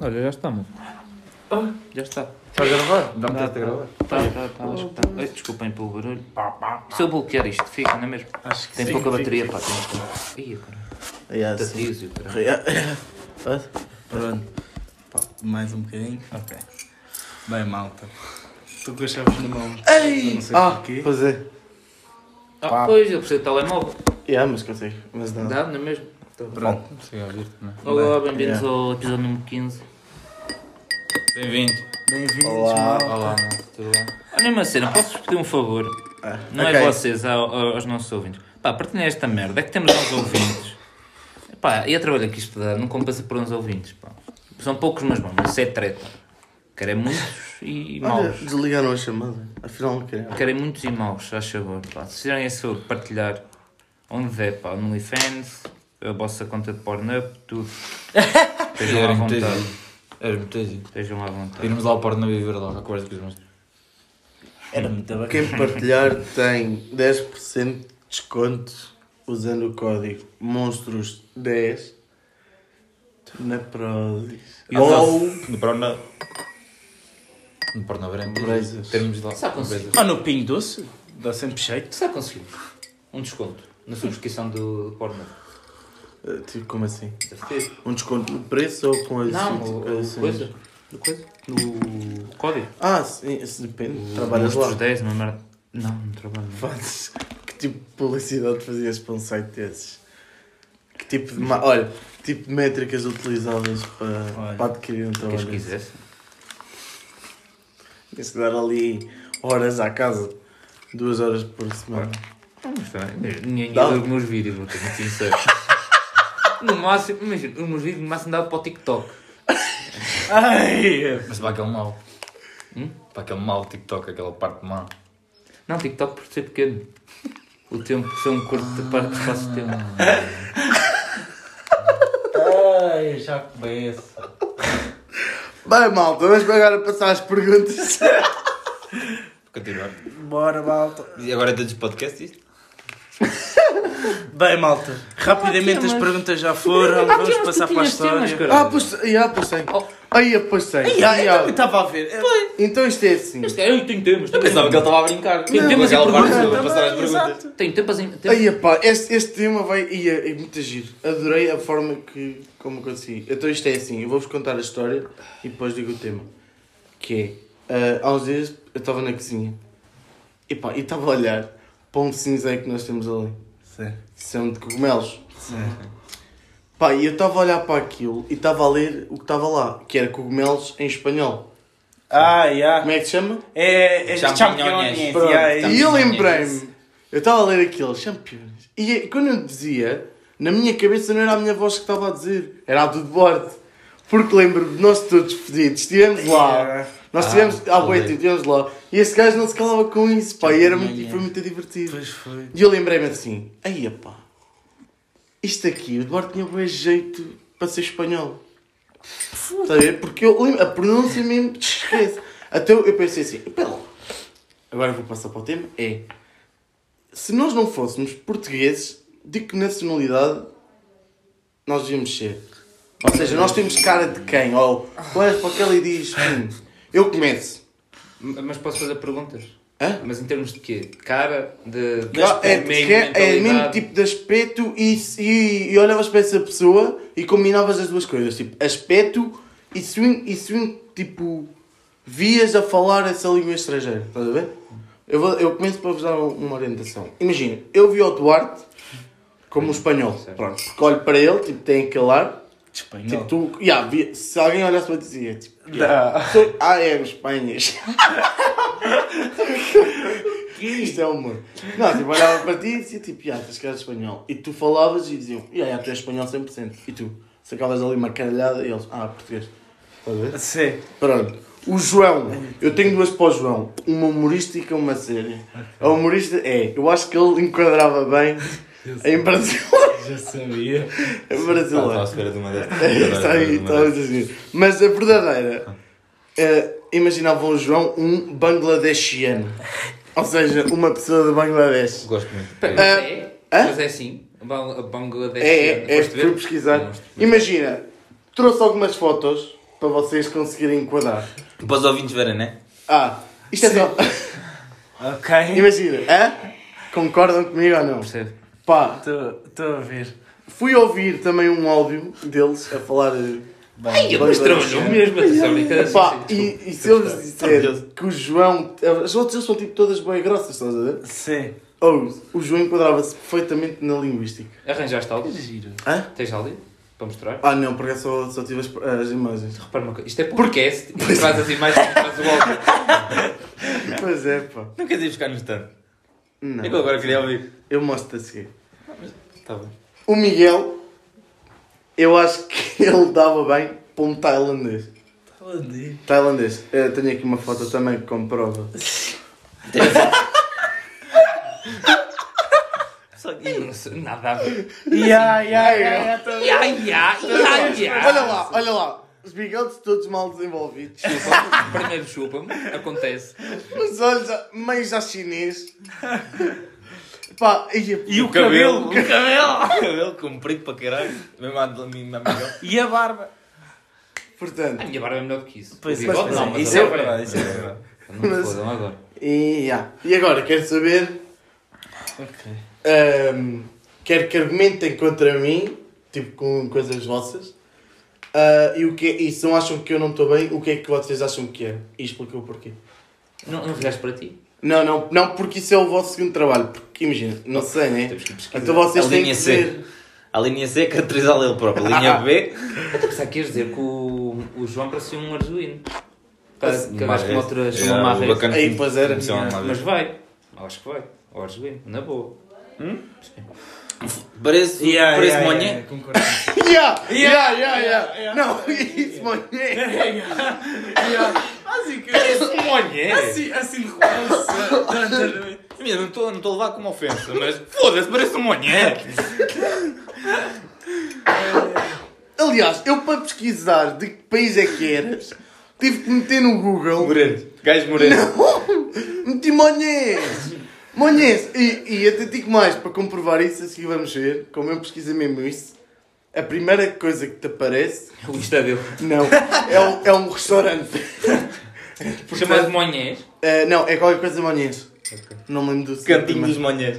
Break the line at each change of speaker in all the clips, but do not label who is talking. Olha, já estamos. Já está.
Estás a gravar? Dá-me tempo de gravar.
Está, está, está. Tá, Acho que está. Ai, Desculpem pelo barulho. Se eu bloquear isto, fica, não é mesmo?
Acho que
Tem pouca bateria, pá. Tem... Ih, caralho.
Yeah,
Tá
sim.
diesel, caralho.
Yeah. Pode? Pronto. Pá, Mais um bocadinho. Ok. Bem, malta.
Estou com as chaves na mão.
Ei!
Eu Não sei
ah,
porquê.
pois é.
Ah, pois, eu preciso de telemóvel.
Yeah, mas consigo. Mas não.
Dá, não é mesmo? Tá bom.
Pronto.
Chega a vir-te, não é?
Olá, bem-vindos ao episódio número 15.
Bem-vindo.
Bem-vindos, malta.
Olá, malta, tudo bem?
Olha uma cena, posso pedir um favor? Não é vocês, ao- ao- aos nossos ouvintes. Pá, partilhem esta merda. É que temos uns ouvintes. Pá, e a trabalho que isto dá não compensa por uns ouvintes, pá. São poucos, mas bom, isso é treta. Querem muitos e
Olha,
maus.
desligaram a chamada. Afinal, não queria.
Querem muitos e maus, faz favor, pá. Se fizerem esse favor, partilhar onde der, pá. No OnlyFans, a vossa conta de Pornhub, tudo. Estejam à
Era muito
vontade.
giro. Era muito giro.
Estejam à vontade.
Irmos lá ao Porto não viver logo, a conversa com os meus.
Era muito bem. Quem partilhar tem 10% de desconto usando o código MONSTROS10 na Prodis.
E o
Ou
No Porto não. No Porto não veremos.
Brezas.
Termos lá.
Só consigo.
Brezas.
Ah, no Pinho Doce? Dá sempre cheio.
Será que conseguimos um desconto na subscrição do Pornhub?
Eh, Tipo, como assim?
Deve ter.
Um desconto no preço ou com tipo as
Ah, Não,
as-
o-
as-
o coisa. No coisa? No código.
Ah, sim, isso depende. Trabalhas
Trabalhas
lá.
dos 10, uma merda. Não, não trabalho. não.
Fazes- Que tipo de publicidade fazias para um site desses? Que tipo de. ma- Olha, que tipo de métricas utilizavas para,
Olha,
para adquirir um trabalho
Queres que
desses?
quisesse?
Tinhas que dar ali horas à casa. Duas horas por semana.
Não, mas também. Ninguém
Dá.
lê os meus vídeos, vou ter muito sincero. No máximo, imagina, os meus vídeos no máximo dava para o TikTok.
Ai!
Mas para aquele mal.
Hum?
Para aquele mal TikTok, aquela parte má.
Não, TikTok por ser pequeno. O tempo por ser um curto para que espaço tempo.
Ai, já começa.
Bem, malta, vamos agora passar as perguntas.
Continuar.
Bora, malta.
E agora é todos os podcasts isto?
Bem, malta. Rapidamente as
temas.
perguntas já foram. Vamos
temas, Tá,
passar
tu
para a
tinhas temas,
história.
caralho.
ah, pois, yeah, pois tem. Oh. Aí, ah, pois tem.
Ai,
Yeah.
eu estava a ver.
Então isto é assim.
Este é, eu tenho temas. tenho
Pensava que ele
temas.
estava a brincar.
Não, temos
Aquela
e
parte,
perguntas
vou passar as perguntas.
Tenho tempo assim. tempo-
Aí, pá, este, este tema vai. Ia, é muito giro. Adorei a forma que. Como consegui. Então isto é assim: eu vou-vos contar a história e depois digo o tema. Que é. ah, há uns dias eu estava na cozinha e pá, e estava a olhar para um cinzeiro que nós temos ali.
Sim.
São de cogumelos. Pá, e eu estava a olhar para aquilo e estava a ler o que estava lá, que era cogumelos em espanhol.
Ah, já.
Como é que se chama?
É, é
Champignons.
champignons.
Pronto.
já, é
e
isso.
eu lembrei-me, eu estava a ler aquele Champions, e eh, quando eu dizia, na minha cabeça não era a minha voz que estava a dizer, era a do Duarte. Porque lembro-me de nós todos fedidos, estivemos lá,
Yeah.
nós estivemos
Ah,
à boita,
olhei.
estivemos lá, e esse gajo não se calava com isso, pá, e era muito,
Champignons.
foi muito divertido.
Pois foi.
E eu lembrei-me assim, aí pá, isto aqui, o Duarte tinha bem jeito para ser espanhol. Está a ver? Porque eu lembro, a pronúncia mesmo esquece. Até eu, eu pensei assim, pera lá, agora vou passar para o tema, é, se nós não fôssemos portugueses, de que nacionalidade nós íamos ser? Ou seja, nós temos cara de quem? Ou, olhas para aquele e diz, hum, eu começo.
Mas posso fazer perguntas?
Hã?
Mas em termos de quê? De cara, de. de
Ah, é,
meio,
que é, é o mesmo
mentalidade?
tipo de aspecto e, e, e olhavas para essa pessoa e combinavas as duas coisas, tipo aspecto e swing, e swing tipo vias a falar essa língua estrangeira, estás a ver? Eu, vou, eu começo para vos dar um, uma orientação. Imagina, eu vi o Duarte como um espanhol,
Certo.
pronto, porque olho para ele, tipo, tem aquele ar, tipo,
Espanhol.
tu, yeah, vi- se alguém olhasse para ti dizia, tipo,
Dá.
ah, é, os pães. Isto é humor. Não, tipo, olhava para ti e dizia tipo, ah, tens cara de espanhol. E tu falavas e diziam, ah, yeah, tu és espanhol 100%. E tu sacavas ali uma caralhada e eles, ah, português. Estás a ver?
Sim.
Pronto. O João, eu tenho duas para o João, uma humorística e uma séria. A humorista é, eu acho que ele enquadrava bem em brasileiro.
Já sabia.
Em
Estava
brasileiro.
à espera de uma destas.
Está aí, está muito giro. Mas a verdadeira. eh, imaginavam o João um bangladeshiano. Ou seja, uma pessoa de Bangladesh.
Gosto muito.
Pera,
Ah,
é?
hã?
Mas é assim. A Bang- a Bangladesh.
É, é, é,
Foste ver?
fui pesquisar.
Gosto.
Imagina, trouxe algumas fotos para vocês conseguirem enquadrar.
Para os ouvintes verem, né?
Ah, isto é só.
Ok.
Imagina, é? Concordam comigo ou não?
Percebe?
Pá,
Estou a ver.
fui ouvir também um áudio deles a falar. eh,
Ai, mas trabalhou mesmo, essa
é
brincadeira.
Pá, e, e se eu vos disser que o João. As outras são tipo todas bem grossas, estás a ver?
Sim.
Ou o João enquadrava-se perfeitamente na linguística.
Arranjaste áudio?
Giro.
Hã?
Tens áudio? Para mostrar?
Ah não, porque eu só, só tive as, as imagens.
Repara uma coisa, isto é podcast, e traz as imagens e traz o áudio.
Pois é, pá.
Não queres ir buscar no stand? É que eu
Não,
agora queria ouvir.
eu mostro-te a seguir.
Tá bem.
O Miguel, eu acho que ele dava bem para um tailandês.
Onde?
Tailandês. Eh, tenho aqui uma foto também que comprova.
Só que- Não sei, Nada a ver.
Ya, ya, ya, ya.
Ia, ia, ia, ia.
Olha lá, olha lá. Os bigodes todos mal desenvolvidos.
Chupa, primeiro chupa-me, acontece.
Os olhos a- meio já chinês. Pá, e, a-
E o cabelo?
O cabelo! O cabelo comprido para caralho. Mesmo a de mim, Miguel.
E a
A
barba?
portanto.
minha barba é melhor do que isso.
Pois
O
é,
bigode,
pois é,
não, mas
isso
a
é
barba
verdade, isso é verdade.
Não me fodam agora.
E, já. e agora, quero saber.
Ok.
ahm, quero que argumentem contra mim, tipo com coisas vossas. Ah, e, o que é- e se não acham que eu não estou bem, o que é que vocês acham que é? E explica o porquê.
Não, não ficaste para ti?
Não, não, não, porque isso é o vosso segundo trabalho. Porque imagina, não sei, né?
Temos que pesquisar.
Então vocês
A
têm que
linha C.
dizer.
A linha C é caracterizá-la ele próprio. A linha B.
Eu até pensava que ias dizer que o, o João parecia um arzuíno. Parece Que
Mas-
acho que uma altura
É,
chama
o
Marreiro.
bacana
Aí,
que
pois era.
começou a amar.
Mas vai. Acho que vai. O arzuíno, na boa.
Parece
Ya,
parece
ya,
monha.
ya, concordo.
Yeah, yeah, yeah, yeah, Não, isso, mano. é.
Basicamente.
Um monhé!
Assim, assim, rosa, tanta noite.
Minha, não estou não tô a levar como ofensa, mas foda-se, parece um monhé.
Aliás, eu para pesquisar de que país é que eras, tive que meter no Google.
Moreno, gajo moreno.
Meti Monhês! Monhês! E, e até digo mais, para comprovar isso, a seguir vamos ver, como eu pesquisei mesmo isso, a primeira coisa que te aparece,
O Insta dele.
não, é um, é um restaurante.
Chamado monhés.
Eh, não, é qualquer coisa Monhês. Não me lembro do sítio,
Cantinho
mas-
dos monhés.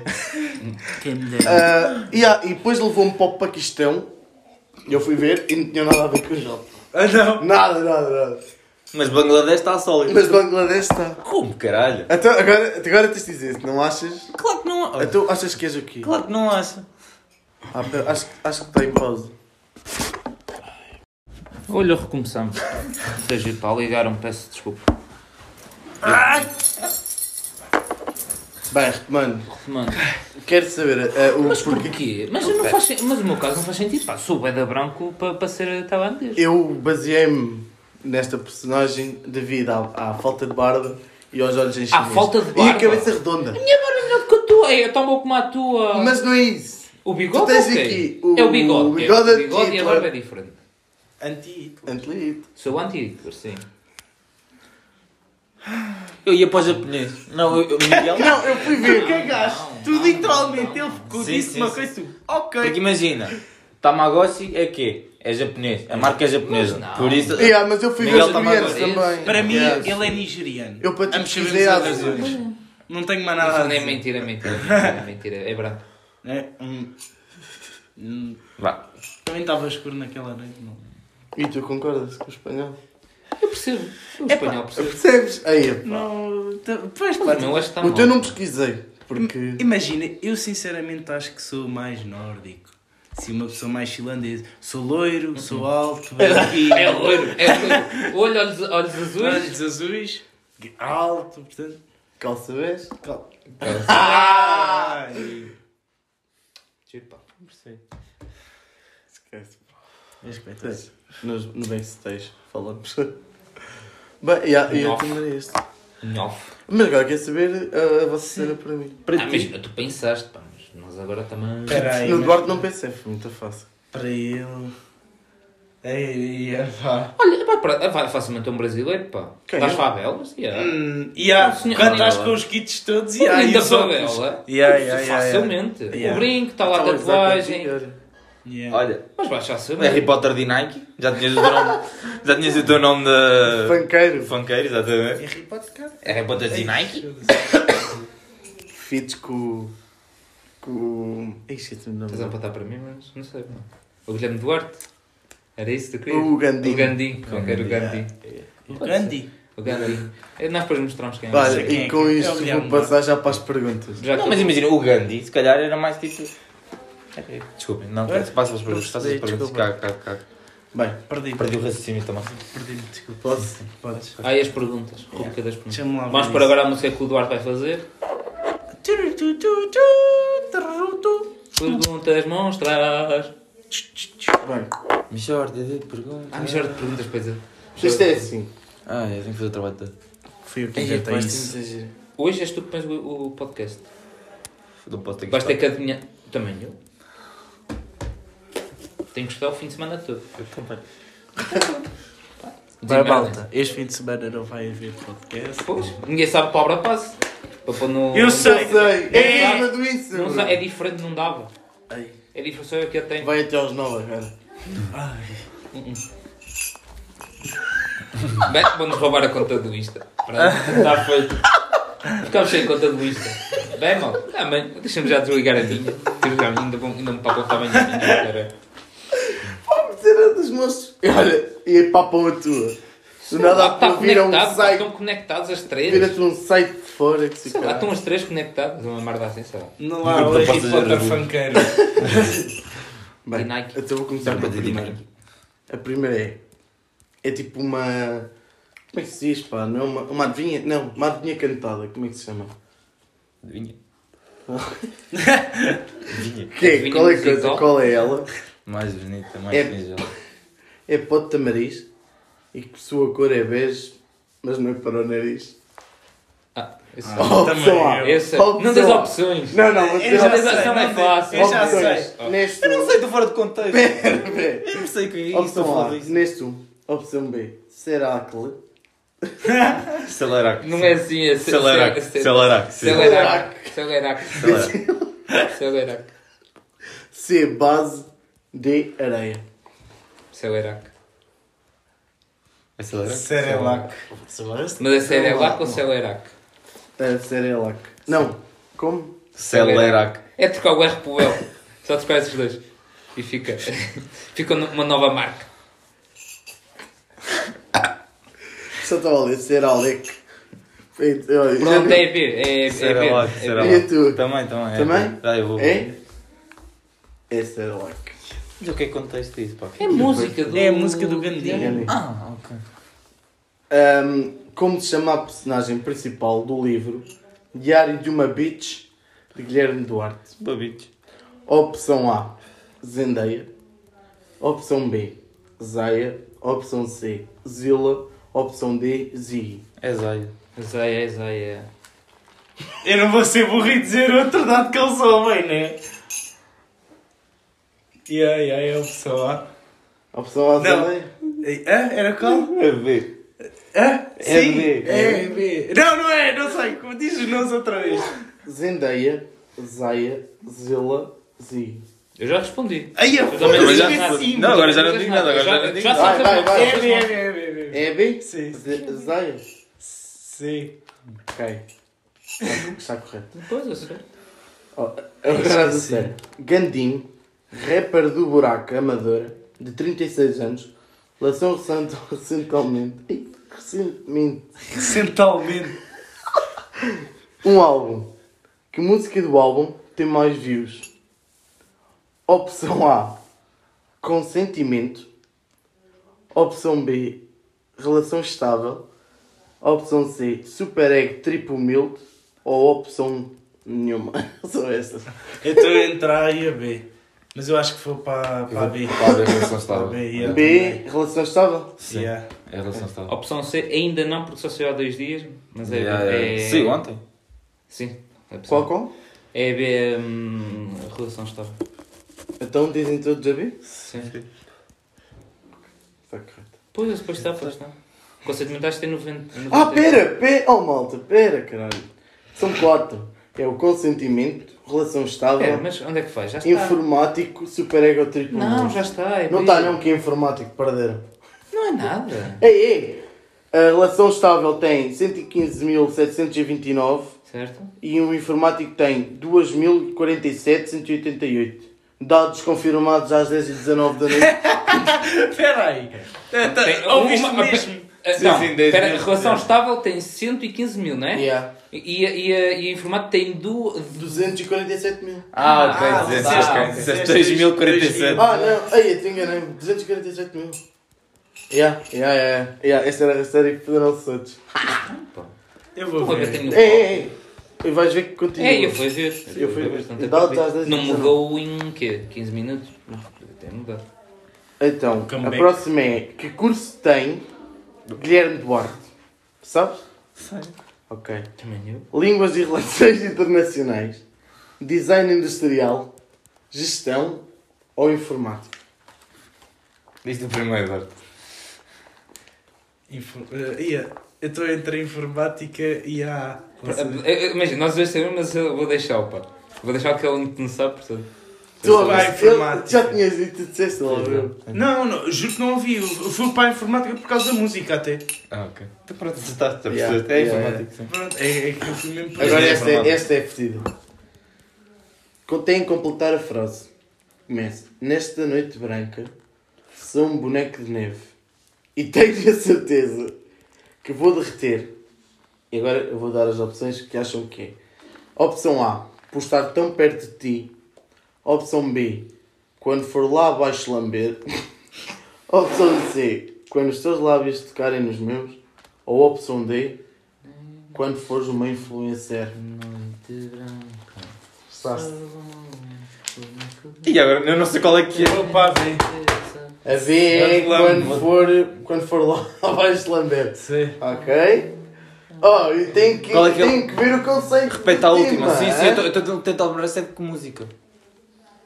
Quem me dera.
Ah, e há- e depois levou-me para o Paquistão. E eu fui ver e não tinha nada a ver com o jogo.
Ah, não.
Nada, nada, nada.
Mas Bangladesh está sólido.
Mas Bangladesh está.
como, caralho?
Então, agora, agora tens de dizer, não achas?
Claro que não acha.
Então achas que és o quê?
Claro que não acha.
Ah, pera, acho, acho que está em pausa.
Olha, recomeçamos. Seja, pá, ligaram, peço desculpa.
Bem, mano,
Mano,
quero saber ah, o
mas
porquê.
porquê? Mas, eu não faz, sen- mas o meu caso não faz sentido. Pá, sou da branco para pa ser tailandês.
Eu baseei-me nesta personagem devido à, à falta de barba e aos olhos enchidos.
falta de
E a
barba?
cabeça redonda.
Minha barba é melhor do que a tua. É tão boa como a tua.
Mas não é isso.
O bigode
Tu tens
é o quê?
aqui o-
É o bigode.
o bigode
é, o bigode e a
anti-Hitler.
barba é diferente.
Anti.
Antelito.
Sou anti-Hitler, sim.
Eu ia para os japoneses. Não, eu, eu- Miguel.
Não, eu fui ver.
é
Cagaste. Tu literalmente ele ficou,
Sim,
disse
sim,
uma
sim.
coisa. tu, Ok.
Porque imagina, Tamagotchi é quê? É japonês. A marca é japonesa.
Mas não.
Por isso.
Yeah, mas eu fui ver
Miguel
os coreanos
Tamagotchi.
também.
Para mim,
Yeah.
ele é nigeriano.
Eu para ti
Ambos sabemos é
pesquisei há
as
dois
razões. Não tenho mais nada a
Não é
dizer.
mentira, é mentira, é mentira, é mentira. É branco.
É, hum. Hum,
Vá.
Também estava escuro naquela noite, não.
E tu concordas com o espanhol?
Eu percebo. Eu espanhol percebo.
Percebes? Aí, pá.
Não. é tu-
Mas
Pois, claro.
o meu acho que está
O teu
mal.
não pesquisei, porque...
Imagina, eu sinceramente acho que sou mais nórdico. Se uma pessoa mais finlandesa. Sou loiro, sou alto, branquinho.
É loiro. É loiro. Olho, olhos, olhos azuis.
Olhos azuis. Alto, portanto.
Calça vez?
cal- Ah! Ai.
Tiro, pá.
Esquece.
É Respeita-se.
No, no backstage falamos. Bem, yeah, eu
Nossa.
também este.
Não.
Mas agora quero saber ah, a vossa cena para mim.
Ah, mas tu pensaste, pá. Mas nós agora também...
Espera aí.
No
mas
Duarte não pensei, foi muito fácil.
Para ele. Ei, é pá.
Olha, pá, pra- vai, facilmente um brasileiro, pá.
Quem
Das
é?
favelas, yeah.
Hum, E há.
Não, senhor.
Quando estás com os kits todos, e há.
Linda
e os óculos.
favela.
Ya, ya, ya, ya.
Facilmente.
Yeah.
O brinco, está lá a
Talvez dá para
tatuagem.
dizer.
Yeah.
Olha,
Mas vais já saber.
Harry Potter de Nike, já tinhas o teu nome, já tinhas o teu nome de...
Funkeiro.
Funkeiro, exatamente.
é Harry Potter, cara.
Harry Potter de Nike?
Fits com. com. Ei, esqueci o nome.
Estás a apontar um para mim, mas não sei. Não. O Guilherme Duarte? Era isso que tu querias?
O Gandinho.
O Gandinho. Qual que era o Gandinho?
O Gandhi.
O Gandinho. Eh, Nós depois mostramos quem é.
Olha,
quem é
e
que-
com
é o
isto
Guilherme
vou passar já para as perguntas.
Já
Não,
que-
mas imagina, o Gandhi, se calhar era mais tipo... Desculpem, não, passa as perguntas, faça as perguntas, cago, cago, cago.
Bem,
Perdi,
Perdi
perdi,
o raciocínio também.
perdi, desculpa.
posso?
Podes.
Ah, e as perguntas. Rubrica das perguntas.
Deixa-me lá ver
Vamos por
isso.
agora a música que o Duarte vai fazer.
Tu, tu, tu, tu, tarru, tu.
Perguntas
Tá.
monstras.
Bem,
Michordia de perguntas.
Ah, melhor de perguntas, pois é.
isto é assim.
Ah, eu tenho que fazer o trabalho todo.
Fui eu é que
Ei,
inventei
depois
isso.
temos agir.
Hoje és tu que pões o, o podcast.
Não posso ter que
Vais ter
estar.
que adivinhar. Também eu. Tenho que estar o fim de semana todo.
Eu também.
Dizer
Vai,
merda.
malta. Este fim de semana não vai haver podcast.
Pois, ninguém sabe pobre a passe. Para pôr no.
Eu
Eu
sei.
sei, é
Ei,
a do isso.
Não sei, é diferente, não dava.
Ai.
É diferente, só eu que eu tenho.
Vai até aos 9 agora.
Bem, vão-nos roubar a conta do Insta. Pronto, está feito. Ficámos sem conta do Insta. Bem, mal. Ah, bem, deixa-me já desligar a minha. Desligar a minha, ainda, vou- ainda me papou também a minha. Espera.
Vamos era um dos meus. Olha, e papam a tua. Do nada
Lá,
a tua
é
vira um
pá,
site.
Estão tá conectados as três.
Vira-te um site de fora que se
Sei lá,
calhar.
estão as três conectadas. Uma merda assim, sei lá.
Não lá, o Harry
Propostas
Potter
de-
funkeiro.
Bem,
E Nike?
então vou começar com a
Bater de
primeira.
Nike.
A primeira é. É tipo uma. Como é que se diz, pá? Não é uma, uma adivinha? Não, uma adivinha cantada. Como é que se chama?
Adivinha?
Que é?
Adivinha
Qual é a
musical?
coisa? Qual é ela?
Mais bonita, mais
É-
singela.
É pó de tamariz e que sua cor é bege, mas não é para o nariz.
Ah, esse é.
Ah.
Oh,
também
opção A.
eu.
Esse-
Opção
Não tens
A.
opções.
Não, não, vou
Eu
dizer
já
opções.
Essa não é
sei,
fácil.
eu já sei.
Opções. Neste
Eu não
um.
sei, estou fora de contexto.
Pera, pera.
Eu não sei o que é isso, estou a
Opção
falar
A.
disso.
Neste um. Opção B. Serácle.
Celerac.
Não é assim, é
Celerac. Celerac.
Celerac. Celerac. Celerac.
C. Base. D. Areia.
Celerac.
É Celerac?
Cerelac.
Mas é Celerac ou Celerac?
É, Cerelac. Não. Como?
Celerac.
É trocar o R pelo L. Só trocar esses dois. E fica. fica uma nova marca.
Só estava a ler. Seralec. Feito, olha, já
Pronto,
não-
é B. É, é
Celerac.
B. É B.
E a tua?
Celerac. Também, também. é.
Também?
Ah, eu vou.
É? É Seralac.
Mas o que é contexto disso, pá?
É música do.
É a música do Gandhi.
Engano.
Ah, ok.
Ahm, como se chama a personagem principal do livro Diário de uma Bitch de Guilherme Duarte?
Babitos.
Opção A, Zendaya. Opção B, Zaya. Opção C, Zila. Opção D, Ziggy.
É Zaya.
Zé, é, Zé, é.
Eu não vou ser burro e dizer outro dado que eu sou bem, né? E aí, aí, é o pessoal.
Opção A,
Não.
Zendaya.
Hã? Era qual?
É B.
Hã?
É
Sim.
B.
É B. Não, não é, não sei. Como diz os nomes outra vez.
Zendaya, Zaya, Zila, Ziggy.
Eu já respondi.
Aí eu
Eu também
foda-se,
mas já-
é assim.
não, agora já
Eu
não digo nada, agora já não
eu
digo
já
nada.
sei fazer-
Vai, vai,
É B, é B, é B, é B.
É B?
Sim, sim.
Z- Zaya?
Sim.
Ok. Está correto.
Pois, eu sei.
Oh, Agora do sério. Gandim, rapper do buraco amador, de 36 anos, lançou recente- recentemente, Ei, recentemente
Recentalmente.
um álbum. Que música do álbum tem mais views? Opção A: Consentimento. Opção B: Relação estável. Opção C: Super Egg Triple Mild. Ou opção nenhuma. Só essas.
Então Eu estou a entrar e a B. Mas eu acho que foi para, para a B.
Pá, é relação
Para a
estável.
B, yeah,
B: Relação estável.
também. Yeah.
É relação estável.
A opção C ainda não, porque só saiu há dois dias, Oh, mas é.
Yeah,
é...
yeah. Sim, ontem.
Sim. a opção.
Qual qual?
É B. hum, a relação estável.
Então dizem todos a B?
Sim.
Está correto.
Pois, eu depois está, pois está. Conceito mental é tem 90.
Ah, pera! pera. Oh malta, pera caralho. São quatro. É o consentimento, relação estável,
É, mas onde é que faz? Já está.
informático, superego triplo.
Não, já está. é
Não
por
está,
isso.
não, que é informático, perderam.
Não é nada.
Ei, ei! A relação estável tem 115.729
Certo?
e o informático tem 2.047.188. Dados confirmados às 10h19 da noite.
Espera aí. Tá- tá-
Tem
Ouviste
uma-
mesmo?
Então, Ah,
Sim,
Não,
sim, dez
espera,
mil,
a relação
é.
estável tem 115 mil, não é?
yeah.
E, e, e, e a informática tem do.
247 mil.
Ah,
Ah,
ok,
disseste-
disseste, ok. Disseste
disseste
2047.
Ah, não, aí eu te enganei, 247 mil. Yeah, yeah, yeah, yeah. Esta era a série que fizeram-se outros.
é Eu
Estou
vou
a ver,
ver.
tenho um
Ei, ei, ei. E vais ver que continua.
É, eu fui ver.
Eu fui ver.
Bastante
Dá-
rápido.
dá- dá-
Não
dá-
mudou em quê? 15 minutos? Não, Até mudar.
Então, a
Comeback.
próxima é que curso tem Guilherme Duarte? Sabes? Sei. Ok.
Também eu.
Línguas e Relações Internacionais, Design Industrial, Gestão ou Informática?
Diz-te o primeiro, Eduardo.
Info- eh, ia, Eu estou entre a informática e a.
Eh, eh, Imagina, nós dois sabemos, mas eu vou deixar, pá. Vou deixar que ele não sabe, portanto.
Tu
vai
mas eu-
informática.
Já tinhas dito, tu disseste logo.
Não, não, juro que não ouvi. Eu fui para a informática por causa da música até.
Ah, ok. Tu pronto, acertaste,
Yeah,
percebeste. É
yeah,
informático, sim.
Pronto, é, é que eu fui mesmo para
Agora
é
esta é,
informática.
esta é fedida. Contém em completar a frase. Começa. Nesta noite branca, sou um boneco de neve. E tenho a certeza que vou derreter. E agora eu vou dar as opções que acham que é. Opção A. Por estar tão perto de ti. Opção B. Quando for lá abaixo lamber. opção C. Quando os teus lábios tocarem nos meus. Ou opção D. Quando fores uma influencer.
Noite branca.
Estás
E agora, eu não sei qual é que é.
Opa, vem.
a ver é
Quando lambe.
quando for, quando for lá abaixo de Lambert.
Sei.
Ok? Oh, e tem que,
Qual é que é o-
tem que ver o conceito.
Respeita a
do
última.
tema,
Sim, sim,
é?
eu estou a tentar lembrar sempre com música.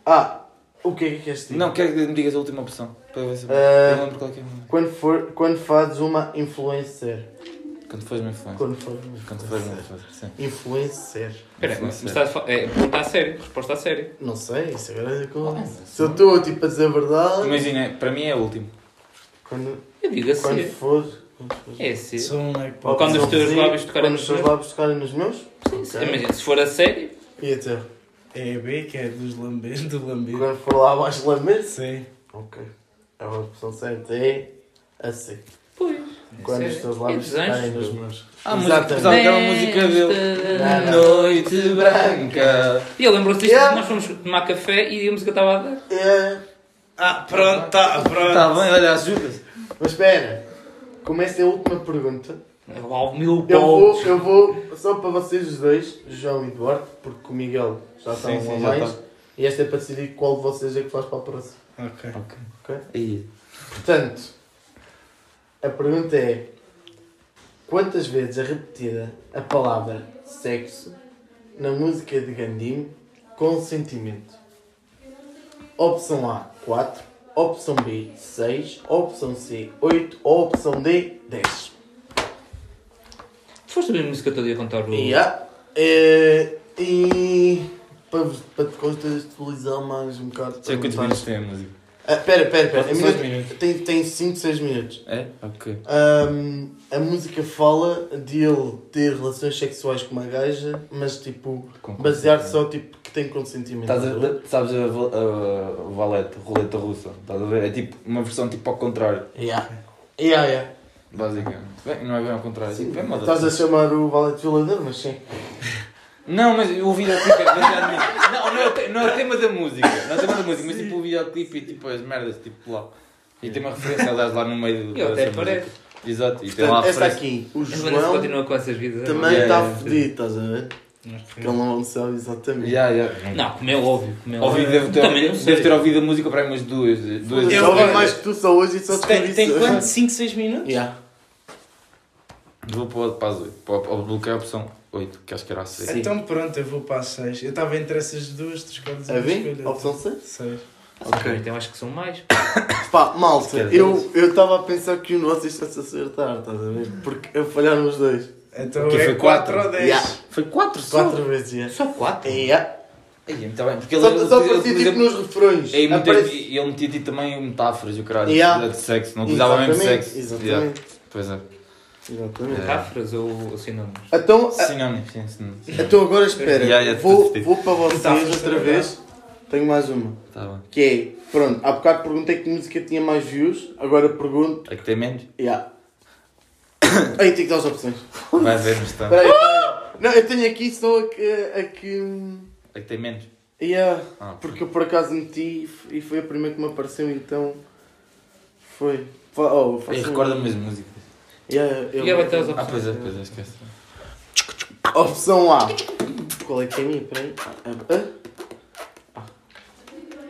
Ah, o que é que queres dizer?
Não, quero que me digas a última opção. Para eu ver se eu
Eh,
eu lembro qual é que é.
Quando, for, quando fazes uma influencer.
Quando fores uma influência.
Quando fores uma
Quando fores uma influência, sim.
influencer.
Espera, mas está a fa- é, pergunta a sério, resposta a sério.
Não sei, isso agora é com. Se eu estou tipo a dizer a verdade.
Imagina, para mim é a última.
Quando,
Eu digo a
quando
sério.
fores. Quando fores.
É sério.
Sou um like
Ou quando os
Opção
teus
C,
lábios tocarem
quando
nos
os teus
meus.
lábios tocarem nos meus?
Sim, Imagina, se for a sério,
E até.
É a B, que é dos lambês, do lamber.
Quando for lá abaixo de Lambert?
Sei.
Ok. A opção certa é assim.
pois.
Quando
é
os teus
sério.
lábios
É desenhos.
esticarem nos meus.
Ah, música,
Exatamente.
apesar daquela música dele.
Nesta-
Não,
Noite branca.
E ele lembrou-se disto
Yeah.
que nós fomos tomar café e a música estava a dar.
É.
Ah, pronto, tá, pronto.
Está bem, olha, ajuda-se.
Mas espera, como essa é a última pergunta,
Uau, meu
eu vou,
pau.
eu vou, só para vocês os dois, João e Duarte, porque o Miguel já está
Sim,
um
sim,
a
já
mais,
está.
e esta é para decidir qual de vocês é que faz para a próxima.
Ok.
ok?
Aí.
Portanto, a pergunta é: quantas vezes é repetida a palavra sexo na música de Gandim com sentimento? Opção A, 4. Opção B, 6. Opção C, 8. Ou opção D, 10.
Tu foste ouvir a música todo dia
Hum.
contar o.
E há, é, e para, vos- para te contextualizar mais um bocado.
Já quantos minutos tem a música?
Espera, espera,
Só uns
espera.
minutos.
É Tem 5, 6 minutos.
É? Ok.
Ahm, a música fala de ele ter relações sexuais com uma gaja, mas tipo,
Com
basear
consentimento.
só tipo que tem consentimento.
Estás a- sabes a, val- a valete, roleta russa? Estás a ver? É tipo uma versão tipo ao contrário,
Yeah. Yeah, yeah.
basicamente. Bem, não é bem ao contrário, é tipo, é moda.
Estás a chamar o Valete Violador, mas sim.
Não, mas eu ouvi a clipe, baseado nisso. Não, não é, o te- não é o tema da música. Não é o tema da música, mas tipo o videoclipe e tipo as merdas, tipo lá. E tem uma referência, aliás, lá no meio do.
Eu até
dessa
parece.
música. Exato, e tem lá a
Portanto, esta
referência.
aqui, o
Mas Vanessa
João
continua com essas vidas. é
também
Yeah,
está
yeah.
fedido, estás a ver?
Ok.
Que ele não sabe exatamente.
Já, já.
Não, como é óbvio. Como é
Ouvi,
óbvio.
devo ter,
Também não sei.
devo ter ouvido a música para aí umas duas. duas
Eu
Eu-
só ouvi
olha,
mais que tu só hoje e só descobri
Então, Tem, tem
isso.
quanto? 5, 6 minutos?
Yeah.
Vou para, o- para as 8. Para, para bloquear a opção 8, que acho que era a 6.
Então pronto, eu vou para as 6. Eu estava entre essas duas, tu escolhes
A ver? Opção C?
6.
Ok.
Então acho que são mais.
Pá, malta,
Quer dizer-
eu eu estava a pensar que o nosso está a acertar, estás a ver? Porque eu falharam os dois.
Então
Que
é
foi
4 ou
quatro.
10.
Yeah.
Foi 4 só.
Quatro vezes, yeah.
Só quatro?
Yeah.
Aí, muito bem. Porque ele,
É. Só,
ele-
só
ele-
parecia
ele-
tipo nos refrões.
Aí metia-
Aparece-
E ele metia tipo, também metáforas e o caralho.
Yeah.
De sexo, não usava mesmo de
Exatamente,
sexo.
exatamente.
Yeah. Pois é.
Exatamente.
Metáforas ou, assim, ou sinónimos?
Então, a-
Sinónimos, sim, sinónimos.
então agora espera.
Yeah, yeah,
vou,
tá-
vou para vocês
Metáforas
outra
é
também,
vez. Tenho mais uma.
Tá bom.
Que é, pronto, há bocado perguntei que música tinha mais views, agora pergunto.
É que tem menos?
Yeah. Aí tem que dar as opções.
Vai ver, mas está.
Espera aí, espera
Uh!
aí. Não, eu tenho aqui só a que. A que...
É que tem menos.
Yeah,
Ah, ok.
porque eu por acaso meti e f- e foi a primeira que me apareceu, então. Foi. Fa- Oh,
E
faço um-
recorda-me as músicas.
Yeah, eu-
E vai ter as
Ah,
opções.
pois é, pois é, esquece.
Opção A. Qual é que é a minha? Peraí. Ah, ah.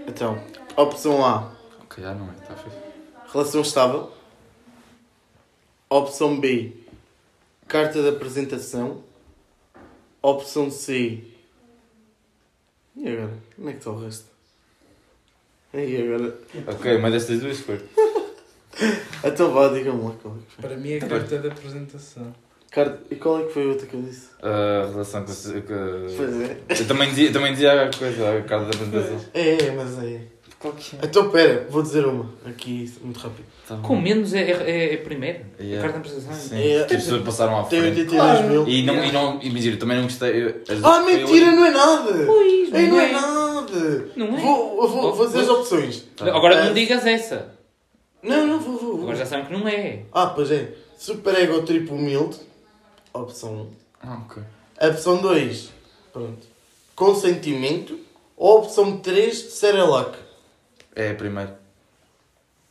Então, opção A.
Ok, já não é, está feito.
Relação estável. Opção B. Carta de apresentação. Opção C. E agora? Onde é que está o resto? E agora?
Ok, uma destas duas foi.
Então vá, digam-me lá qual é que foi.
Para mim é a carta da apresentação.
Carta... E qual é que foi a outra que eu disse?
ah, A relação com. com...
Pois é.
Eu também dizia, também dizia a coisa, a carta da apresentação.
É, é, mas é.
Qual que é?
Então pera, vou dizer uma. Aqui, muito rápido.
Tá bom.
Com menos é, é, é a primeira.
Yeah.
A carta de apresentação.
Sim,
É.
que as pessoas passaram à
Tem
frente.
82 mil.
E não, e não, e mentira, também não gostei. eu- as-
Ah,
eu-
mentira, não é nada!
Pois,
Ei, não é
não é.
nada!
Não é.
Vou, eu vou, vou dizer as opções.
Agora não digas essa.
Não, não, vou, vou. vou.
Agora já sabem que não é.
Ah, pois é. Super Ego Triplo Humilde. Opção
Ah, ok.
1. Opção 2. Pronto. Consentimento. Ou opção 3. Serelac.
É a primeira.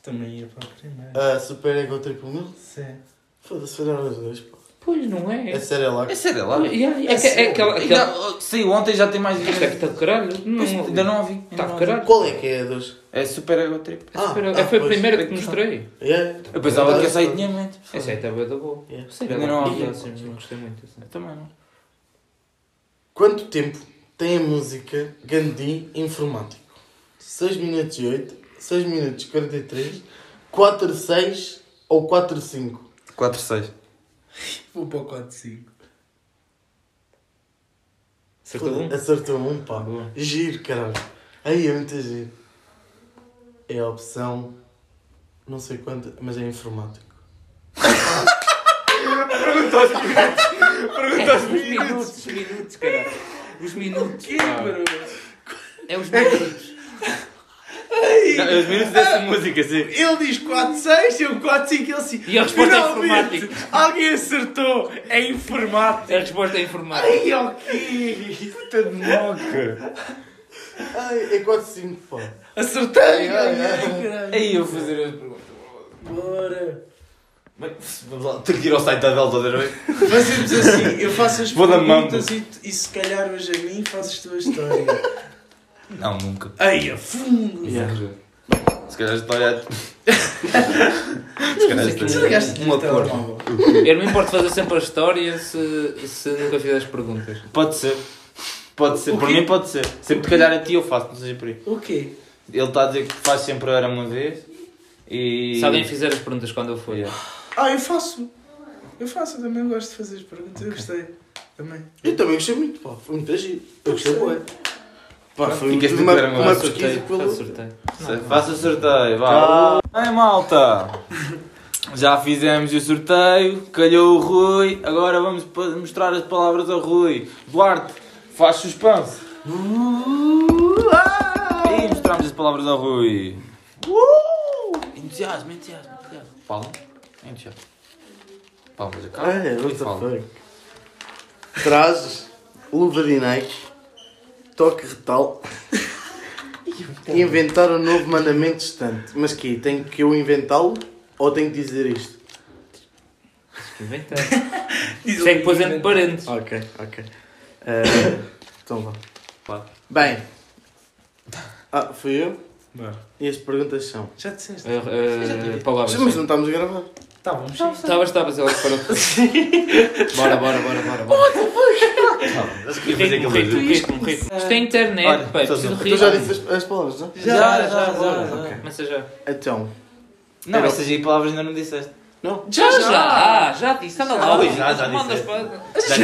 Também ia para a primeira.
Ah, Super Ego Triplo Humilde.
Sim.
Foda-se, foram as duas, pá.
Pois não é.
É Serelac.
É sério, é lá.
Pois, yeah, É, que- é aquela. aquela...
Ainda- Saiu ontem já tem mais.
Isto é que está de caralho. Não,
Pois, Ainda não ouvi. ainda
Está
não
de
ouvi.
caralho.
Qual é que é a 2?
É super ego trip.
Ah,
Espera, é,
ah,
foi a
pois.
primeira que te mostrei.
Yeah.
Eu pensava que essa aí tinha medo.
Essa aí estava da boa.
Yeah.
Sei
Ainda
lá,
não há outra.
eu não gostei muito. assim.
Eu também não.
Quanto tempo tem a música Gandhi Informático? 6 minutos e 8, 6 minutos e 43, 4, 6 ou 4, 5?
4, 6.
Vou para o 4 5.
Acertou um?
Acertou um, pá.
Boa.
Giro, caralho. Aí é muito giro. É a opção. Não sei quanto, mas é informático.
Os minutos, os minutos, caralho. Os minutos. pá. É os minutos.
é
Não, os minutos dessa música, sim.
Ele diz 4 6, eu 4 5, ele assim.
E a resposta é
"Finalmente,
informática."
Alguém acertou! É informático!
A resposta é informática.
Ai, ok!
Puta de moca.
Ai, é 4, 5, pá.
Acertei!
Ai, ai, ai.
caralho.
Aí eu vou fazer as perguntas.
Bora!
Mas, vamos lá, tenho que ir ao site da Delta outra vez.
Fazemos assim, eu faço as
Vou dar
perguntas e, tu- e se calhar hoje a mim fazes tua história.
Não, nunca.
Ai, a fundo!
Yeah.
Se calhar a história é. Se calhar a história
Desligaste
é.
Um
Uma cor.
Eu não me importo fazer sempre a história se, se nunca fizer as perguntas.
Pode ser. Pode ser.
O
Por
quê?
mim pode ser. Sempre que calhar a ti eu faço, não seja por aí.
O quê?
Ele está a dizer que faz sempre a era uma vez. E.
Se alguém fizer as perguntas quando eu for.
Yeah.
Ah, eu faço! Eu faço, eu também gosto de fazer as perguntas, eu gostei. Também.
Eu também gostei muito, pá. Foi muito giro. Eu gostei,
Gostei.
bué. Pá, foi
um
Ficaste
uma,
a ver agora.
uma
Faço
pesquisa
sorteio, faço
pelo.
sorteio.
Se- Faça o sorteio, vá. Ei malta! Já fizemos o sorteio, calhou o Rui, agora vamos pa- mostrar as palavras ao Rui. Duarte, faz suspense. E mostramos as palavras ao Rui. Entusiasmo, entusiasmo, entusiasmo. Fala. Entusiasmo. Palmas a cá.
É,
Rui,
what the
fala.
fuck. Trajes, luva de Nike, um toque retal. Inventar um novo mandamento distante. Mas que tenho que eu inventá-lo ou tenho que dizer isto?
Inventei. Isto é que pôs entre parênteses.
Ok, ok. Eh, então vá.
Vá.
Bem. Ah, fui eu?
Não.
E as perguntas são.
Já disseste?
Ah, ah, Palavras.
Mas não estamos a gravar.
Tá bom, sim.
Estavas, estavas, ela parou. Bora, bora, bora, bora. bora.
Acho que ia fazer
Ritmo,
aquele
ritmo,
barulho.
ritmo, ritmo. Isto é internet,
Olha,
pá, é preciso
então
Tu já
rir.
disse as, as palavras, não?
Já, já, já.
Começa já.
Então.
Não,
Era-
essas aí palavras ainda não disseste.
Não?
Já, já, ah, já disse, anda lá.
Ui, já, já
Mandas
disse.
para-
Já,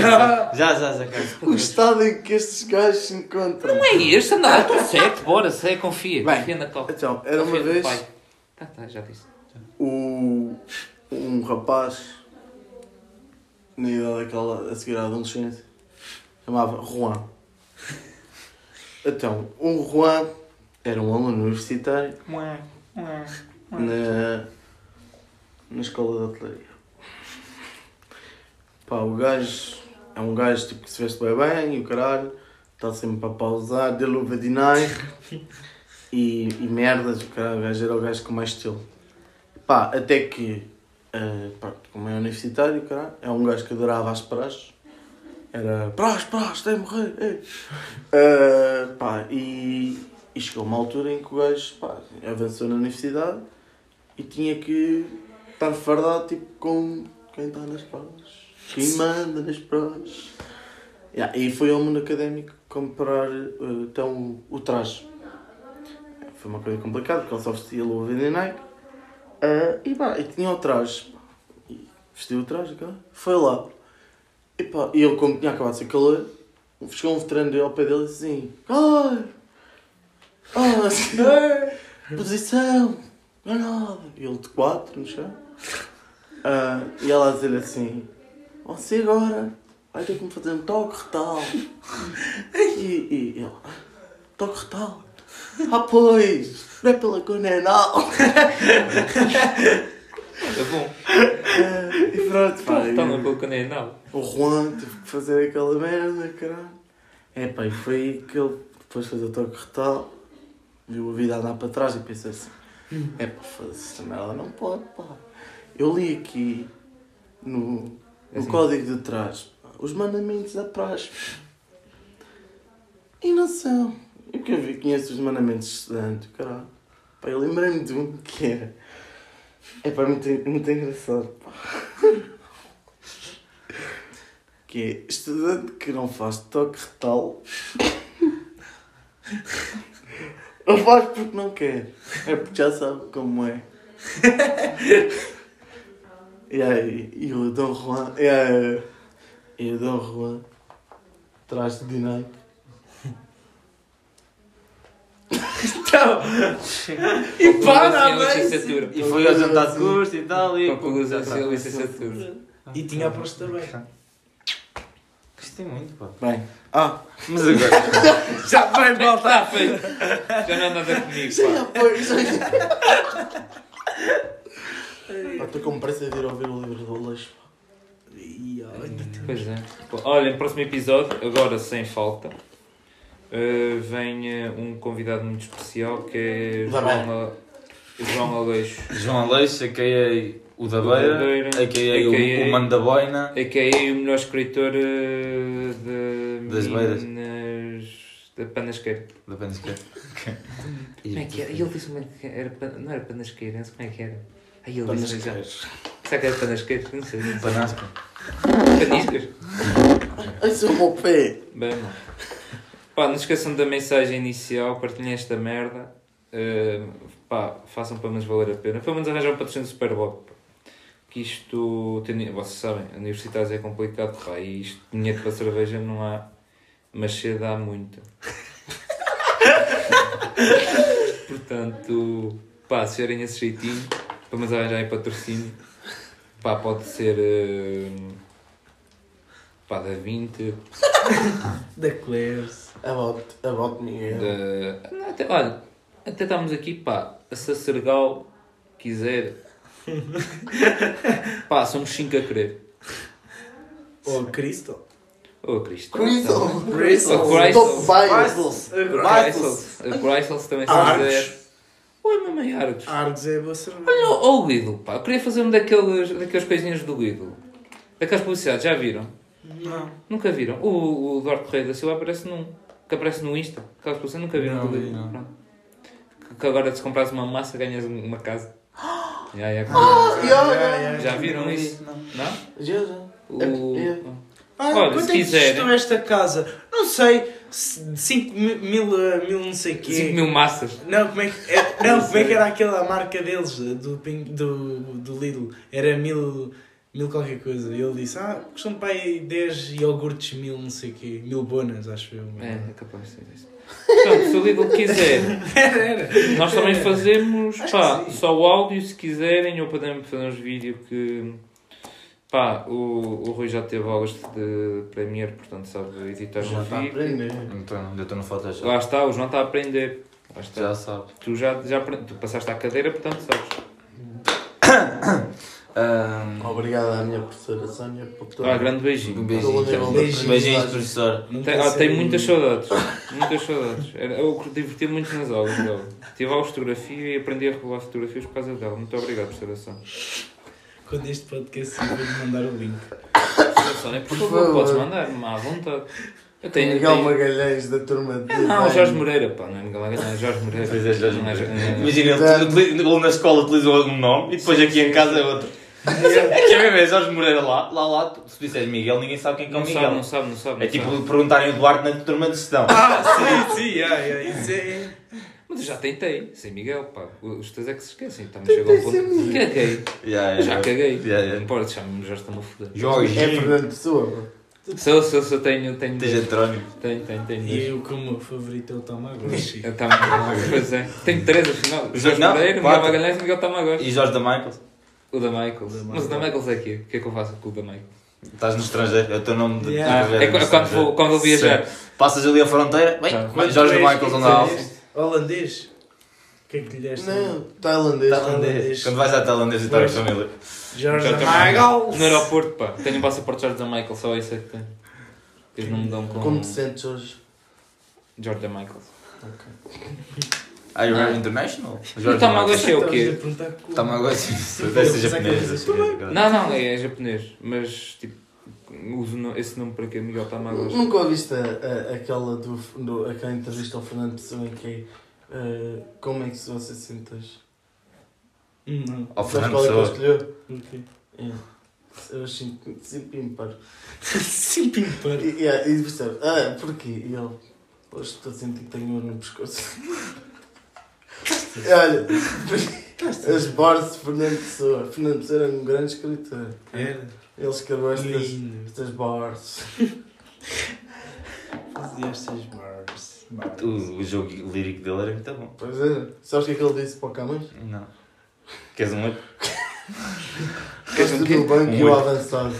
já, já, já.
O estado em que estes gajos se encontram.
Não é este, anda lá, estou certo, bora, sei, confia.
Bem,
confia na copa.
então, era uma
Confia no
vez-
pai. Tá, tá, já disse.
o, um rapaz na idade daquela a seguir à adolescência chamava Juan. Então, o Juan era um aluno universitário na, na escola de hotelaria. Pá, o gajo é um gajo tipo, que se veste bem bem e o caralho está sempre para pausar, deu luva de Nike e, e merdas. O caralho, o gajo era o gajo com mais estilo. Pá, até que, eh, pronto, como é universitário, caralho, é um gajo que adorava as praxes. Era praxe, praxe, tem de morrer. ei." Eh, pá, e, e chegou uma altura em que o gajo pá, avançou na universidade e tinha que estar fardado tipo com quem está nas praxes, quem manda nas praxes. Yeah, e foi ao mundo académico comprar eh, então o- o traje. Foi uma coisa complicada porque ele só vestia luva de Nike. Ah, e pá, e tinha o traje. E vestiu o traje, cara. Foi lá. E pá, e ele, como tinha acabado de ser calor, chegou um veterano dele ao pé dele e disse assim: Ai! Ah, senhor! Posição! Não é nada! E ele de quatro no chão. Ah, e ela a dizer-lhe assim: Você agora vai ter que me fazer um toque retal. e, e ele: Toque retal? Ah, pois! Não é pela cona, é anal!
É bom.
É, e pronto, pá.
Está na boca nem né? não.
O Juan teve que fazer aquela merda, caralho. É pá, e foi aí que ele depois fez o toque retal, viu a vida andar para trás e pensou assim: é pá, foda-se, esta merda não pode, pá. Eu li aqui no, no código de trás pá, os mandamentos da praxe. E não são. Eu que eu vi, conheço os mandamentos de estudante, caralho. Pá, eu lembrei-me de um que era. É pá, muito, muito engraçado, pá. Que é estudante que não faz toque retal. não faz porque não quer. É porque já sabe como é. e aí, e o Dom Juan. E, aí, e o Dom Juan traz de Nike.
E
para, mas-
licenciatura.
E foi ao jantar de curso e tal. E...
Conclusão da licenciatura.
E tinha a prosta também.
Gostei muito, pá.
Bem, ah,
Mas agora.
Já vai voltar.
Já não é nada comigo,
já
pá.
já foi. já- Pá, Estou com pressa de ir ouvir o livro do Aleixo.
Ih, olha.
Pois é. Pô, Olhem, próximo episódio, agora sem falta, eh, vem eh, um convidado muito especial que é
Vai
João, A- João Aleixo,
João Aleixo, a.k.a. o da
O da
Beira,
Beira,
a.k.a. o-
a.k.a.
o Mano da Boina.
a.k.a. É o melhor escritor eh, de
Das Beiras.
Minas- da Panasqueira.
Da Pena Esquerda.
Como é que era? Ele disse como é que era, pan- não era Panasqueira, não sei como é que era. Aí ele disse já. Será que era Panasqueira? Não sei.
Panasca.
Paniscas?
Ai, seu meu pé!
Bem, mano. Pá, não se esqueçam da mensagem inicial, partilhem esta merda. Eh, pá, façam pelo menos valer a pena. Pelo menos arranjar um patrocínio do Super Bowl. pá. Que isto, tem- vocês sabem, universitários é complicado, pá, e isto, dinheiro para cerveja não há, mas cedo há muito. Portanto, pá, se tiverem esse jeitinho, pelo menos arranjarem patrocínio, pá, pode ser, eh, pá, da 20,
Da Claire's.
About, about Miguel.
De- Não, até- olha, até estamos aqui, pá, se a Sergal quiser. pá, somos 5 a querer.
Ou Crystal.
Oh, Cristo.
Crystal!
Crystal.
Top Bibles!
Crystal. Crystal.
A Chrysler também se
Argos.
quiser. Oi, mamãe Argos.
Argos é boa cerveja.
Olha o Lidl, pá, eu queria fazer um daqueles, daqueles coisinhas do Lidl. Daquelas publicidades, já viram?
Não.
Nunca viram? O, o Eduardo Correia da Silva aparece num. que aparece no Insta. Aquelas publicidades nunca viram
Não,
do Lidl.
não.
Pronto. Que, que agora, se comprares uma massa, ganhas um, uma casa. Já, já,
Ah!
Já viram isso?
Não.
Não?
Já, já.
O...
É.
Olha,
Ah, quanto
se
é que
quiserem.
custou esta casa? Não sei. 5 mil, eh, mil não sei
é?
quê.
5 mil massas.
Não, como é que, é- não, como é que era aquela marca deles, do, Ping- do, do Lidl? Era mil, mil qualquer coisa. E ele disse, ah, custam para aí 10 iogurtes mil não sei quê, mil bonas, acho eu.
É, é capaz de ser isso. Portanto, se o Lidl quiser,
Era, era.
nós também fazemos
Acho
pá,
que sim.
só o áudio se quiserem ou podemos fazer uns vídeos que. Pá, o, o Rui já teve aulas de Premiere, portanto sabe editar
Já
um
está a
vídeo.
aprender.
Então, ainda estou no Photoshop.
Lá está, o João está a aprender. Lá está.
Já sabe.
Tu já, já apre- tu passaste à cadeira, portanto sabes.
Ahm,
Obrigado à minha professora Sónia por todo.
Ah, grande beijinho.
um beijinho.
Beijinho.
Beijinhos, beijinhos professor.
Nunca
Tem, ah,
sei.
tenho muitas saudades. Muitas saudades. Era- Eu diverti muito nas aulas dela. Tive aulas de fotografia e aprendi a revelar fotografias por causa dela. Muito obrigado, professora Sónia.
Quando este podcast sair, vou-lhe mandar o link.
Professora Sónia, por favor,
favor.
podes mandar-me à vontade. Eu tenho.
Miguel
tenho...
Magalhães da turma de.
É, Não,
design.
Jorge Moreira, pá, não é Miguel Magalhães, é Jorge Moreira.
Pois é, Jorge
Não é Jorge- não é-
Imagina, ele,
Verdade.
utili- ele na escola utilizou um nome e depois aqui em casa é outro. É que é mesmo, é Jorge Moreira lá, lá, lá. Se disseres Miguel, ninguém sabe quem é que é o
Não sabe,
Miguel.
não sabe, não sabe. não
É tipo
sabe.
perguntarem o Duarte na turma de gestão.
Ah, sim, sim, ah, ah, isso é...
Mas eu já tentei, sem Miguel, pá. Os teus é que se esquecem, então chega ao ponto. Caguei,
Yeah, yeah,
já caguei.
Yeah,
Não
yeah.
importa, chama-me Jorge, está-me a foder.
Jorge.
É Fernando Pessoa.
Sou, sou, sou, tenho, tenho.
Tens António.
Tenho, tenho, tenho.
E eu, como o favorito, é o Tamagotchi.
Eu também, pois é. Tenho três afinal.
Não,
Jorge Moreira, Miguel
quatro.
Magalhães e Miguel Tamagotchi.
E Jorge da Michaels.
O da Michaels. Mas o da Michaels é aqui. O que é que eu faço com o da Michaels?
Estás no estrangeiro, é o teu nome de
Yeah.
estrangeiro.
Ah, é qu- quando vou, quando vou viajar.
Sim. Passas ali a fronteira, bem,
Tá.
bem, Jorge da Michaels anda
Qual é
alfa.
este? Holandês? O que é que lhe deste?
Não, tailandês.
Tailandês. Quando vais à tailandês e estás com a família.
Jorge
Já
Michaels.
No aeroporto, pá. Tenho um passaporte Jorge da Michaels, só isso é que tenho. Eles não me dão com
Como te sentes hoje?
Jorge da Michaels.
Are you very international?
O Tamagotchi é o quê?
Tá Tamagotchi. Deve ser japonês.
Não, não, é, é japonês. Mas, tipo, uso no- esse nome para quê? Miguel Tamagotchi.
Nunca ouviste a- a- aquela, do, do- aquela entrevista ao Fernando Pessoa em que é eh, como é que se você se sente hoje?
Hum, Não.
Ao
Sabes
Fernando
qual é que ele
Pessoa.
escolheu?
Ok.
É. Eu sinto sempre impar.
Sempre impar.
E, e, ah, e percebe, ah, porquê? E ele, hoje estou a sentir que tenho ouro no pescoço. E Olha, esborce Fernando Pessoa. Fernando Pessoa era um grande escritor.
Era.
Ele escreveu estas,
Lindo.
estas bars.
Fazia estas bars.
O, o jogo lírico dele era muito bom.
Pois é, sabes o que é que ele disse para o Camões?
Não. Queres um outro?
Gosto do banco e
Um
o
oito.
avançado.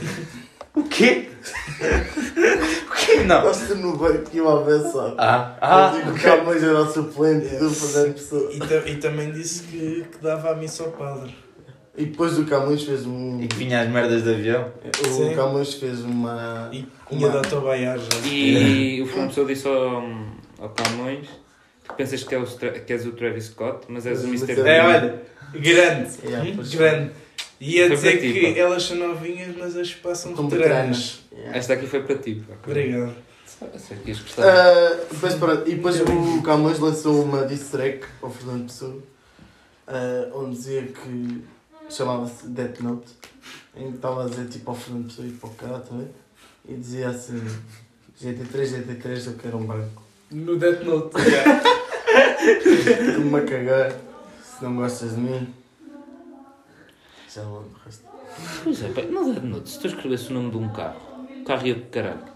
O quê? o quê? Não.
Gosto no banco e o avançado.
Ah,
Ah,
ah,
o
ok.
Camões era o suplente do Fernando Pessoa.
E, ta- e também disse que, que dava a missa ao padre.
E depois o Camões fez um.
E que vinha as merdas de avião.
Sim.
O Camões fez uma.
E tinha
Uma-
dado ao baiar já.
E
É.
o Fernando Pessoa disse ao, ao Camões que pensas que, é o Stra- que és o Travis Scott, mas és o
Mas
Mr.
é-
É,
Bean.
olha, grande.
Yeah,
Muito
É, pois foi.
grande. Ia
Foi
dizer
para ti,
que
pá.
elas são novinhas, mas as passam
Como
veteranas.
veteranas. Yeah.
Esta aqui foi para ti. pá.
Obrigado.
Essa aqui ias gostar.
Ah, depois, pronto, e depois o Camões lançou uma diss track ao Fernando Pessoa, ah, onde dizia que chamava-se Death Note, em que estava a dizer tipo ao Fernando Pessoa e para o cara também, e dizia assim: GT3, GT3, eu quero um banco.
No Death Note.
Tu-me a cagar, se não gostas de mim. Já não lembro o resto.
Pois é, pá, não dá de noite. Se tu escrevesse o nome de um carro, o carro ia para o caralho.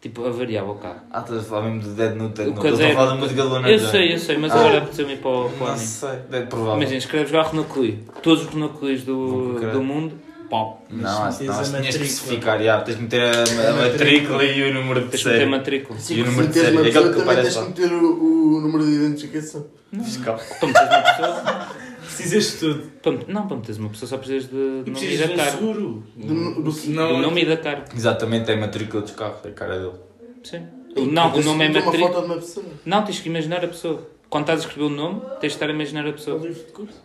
Tipo, avariava o carro.
Ah, estás a falar mesmo do Dead Note.
O
Dead Note. Eu Estou a
caseiro-
falar da música do Luna
Eu
Jones.
sei, eu sei, mas
Ah.
agora apeteceu-me ir para o, para o
Não
anime.
sei. É provável.
Imagina, escreves lá Renaclui. Todos os Renacluis
Vou
do,
procurar.
do mundo, pau.
Não,
Mas
acho
se
que
metes
não.
a
Acho que tinhas que
matrícula.
especificar. já, Tens de meter a, a matrícula e o número de
Tens que meter
série.
matrícula.
Se
E o número de
meteres
série?
uma
É aquele
pessoa,
que
também
aparece
tens que
lá.
meter o, o número de identificação.
Fiscal.
Para meteres uma pessoa.
Precisas de tudo.
para met- não, para meteres uma pessoa só precisas de,
E
de nome e
precisas de
da
um
cara.
seguro.
Do- do-
Do
Não,
nome e da cara.
Exatamente, é a matrícula dos carros. É a cara dele.
Sim. Não, o
Tens que
nome é
meter
matrícula.
uma foto de uma pessoa.
Não, tens que imaginar a pessoa. Quando estás a escrever o nome, tens de estar a imaginar a pessoa.
livro de curso.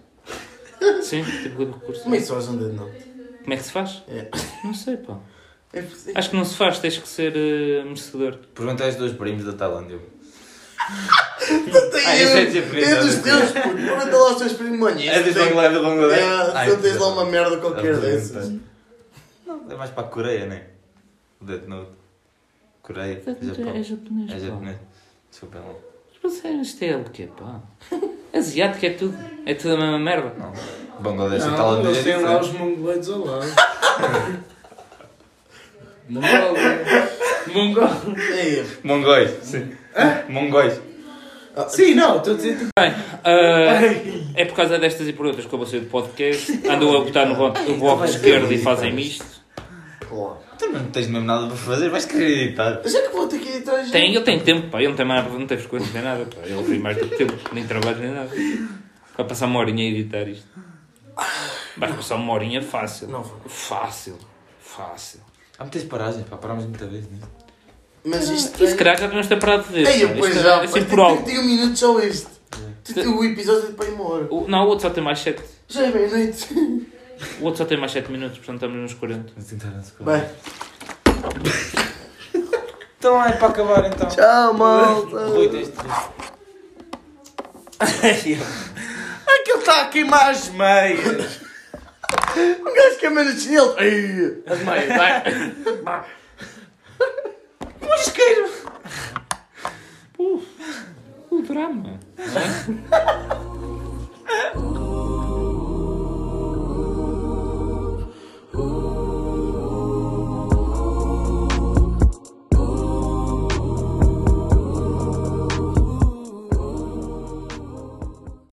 Sim, tipo de recurso.
Como é que se faz um dedo não?
Como é que se faz?
É.
Não sei, pá.
É possível.
Acho que não se faz, tens que ser eh, merecedor.
Pergunta aos dois primos da Tailândia. Ah, isso é
é,
japonês,
é dos
não é?
teus, puto. Pergunta lá aos teus primos, mano.
É dos
isto tem-
Bangladesh, do Bangladesh.
É,
né? Ai,
tu tens lá
não.
uma merda qualquer
Não,
dessas.
Não, é mais para a Coreia, né? O Death Note. Coreia, Japão.
É japonês.
É
pá.
japonês. Desculpa, não.
Mas sério, isto é o quê, pá? Asiático é tudo. É tudo a mesma merda.
não. Bangladesh e
Não, um
Tailândia é
eles têm lá os
diferente.
mongoloides ao lado. Mongólia. Mongólia.
Ei,
Mongóis, sim. Mongóis.
Sim, não, estou a dizer tipo.
Bem, ah, é por causa destas e por outras que eu vou sair do podcast. Andam a botar no bloco, no bloco esquerdo e fazem isto.
Tu não tens mesmo nada para fazer, vais querer editar.
Mas é que vou ter que editar isto.
Tem, eu tenho tempo, pá. Eu não tenho mais, não tenho frequência nem nada, pá. Eu tenho mais do que tempo, nem trabalho nem nada. Vai passar uma horinha a editar isto. Vai passar uma horinha fácil.
Não vai.
Fácil. Fácil.
Há muitas paragens, pá, parámos muita vez né? nisso.
Mas isto.
E se calhar já devemos ter parado de ver.
Ei,
pá.
eu pois
Isto é-
já.
é
pá,
assim
Tem
por algo.
31 minutos só este. Tem o episódio para ir embora.
O- Não, o outro só tem mais 7.
Já é meia-noite.
O outro só tem mais 7 minutos, portanto estamos nos 40.
Vamos tentar na sequência.
Bem,
Então é para acabar então.
tchau, malta.
Rui, tens de
Ai, que ele está a queimar as meias.
Um gajo que é menos chinelo. Ei, as meias, vai.
O drama.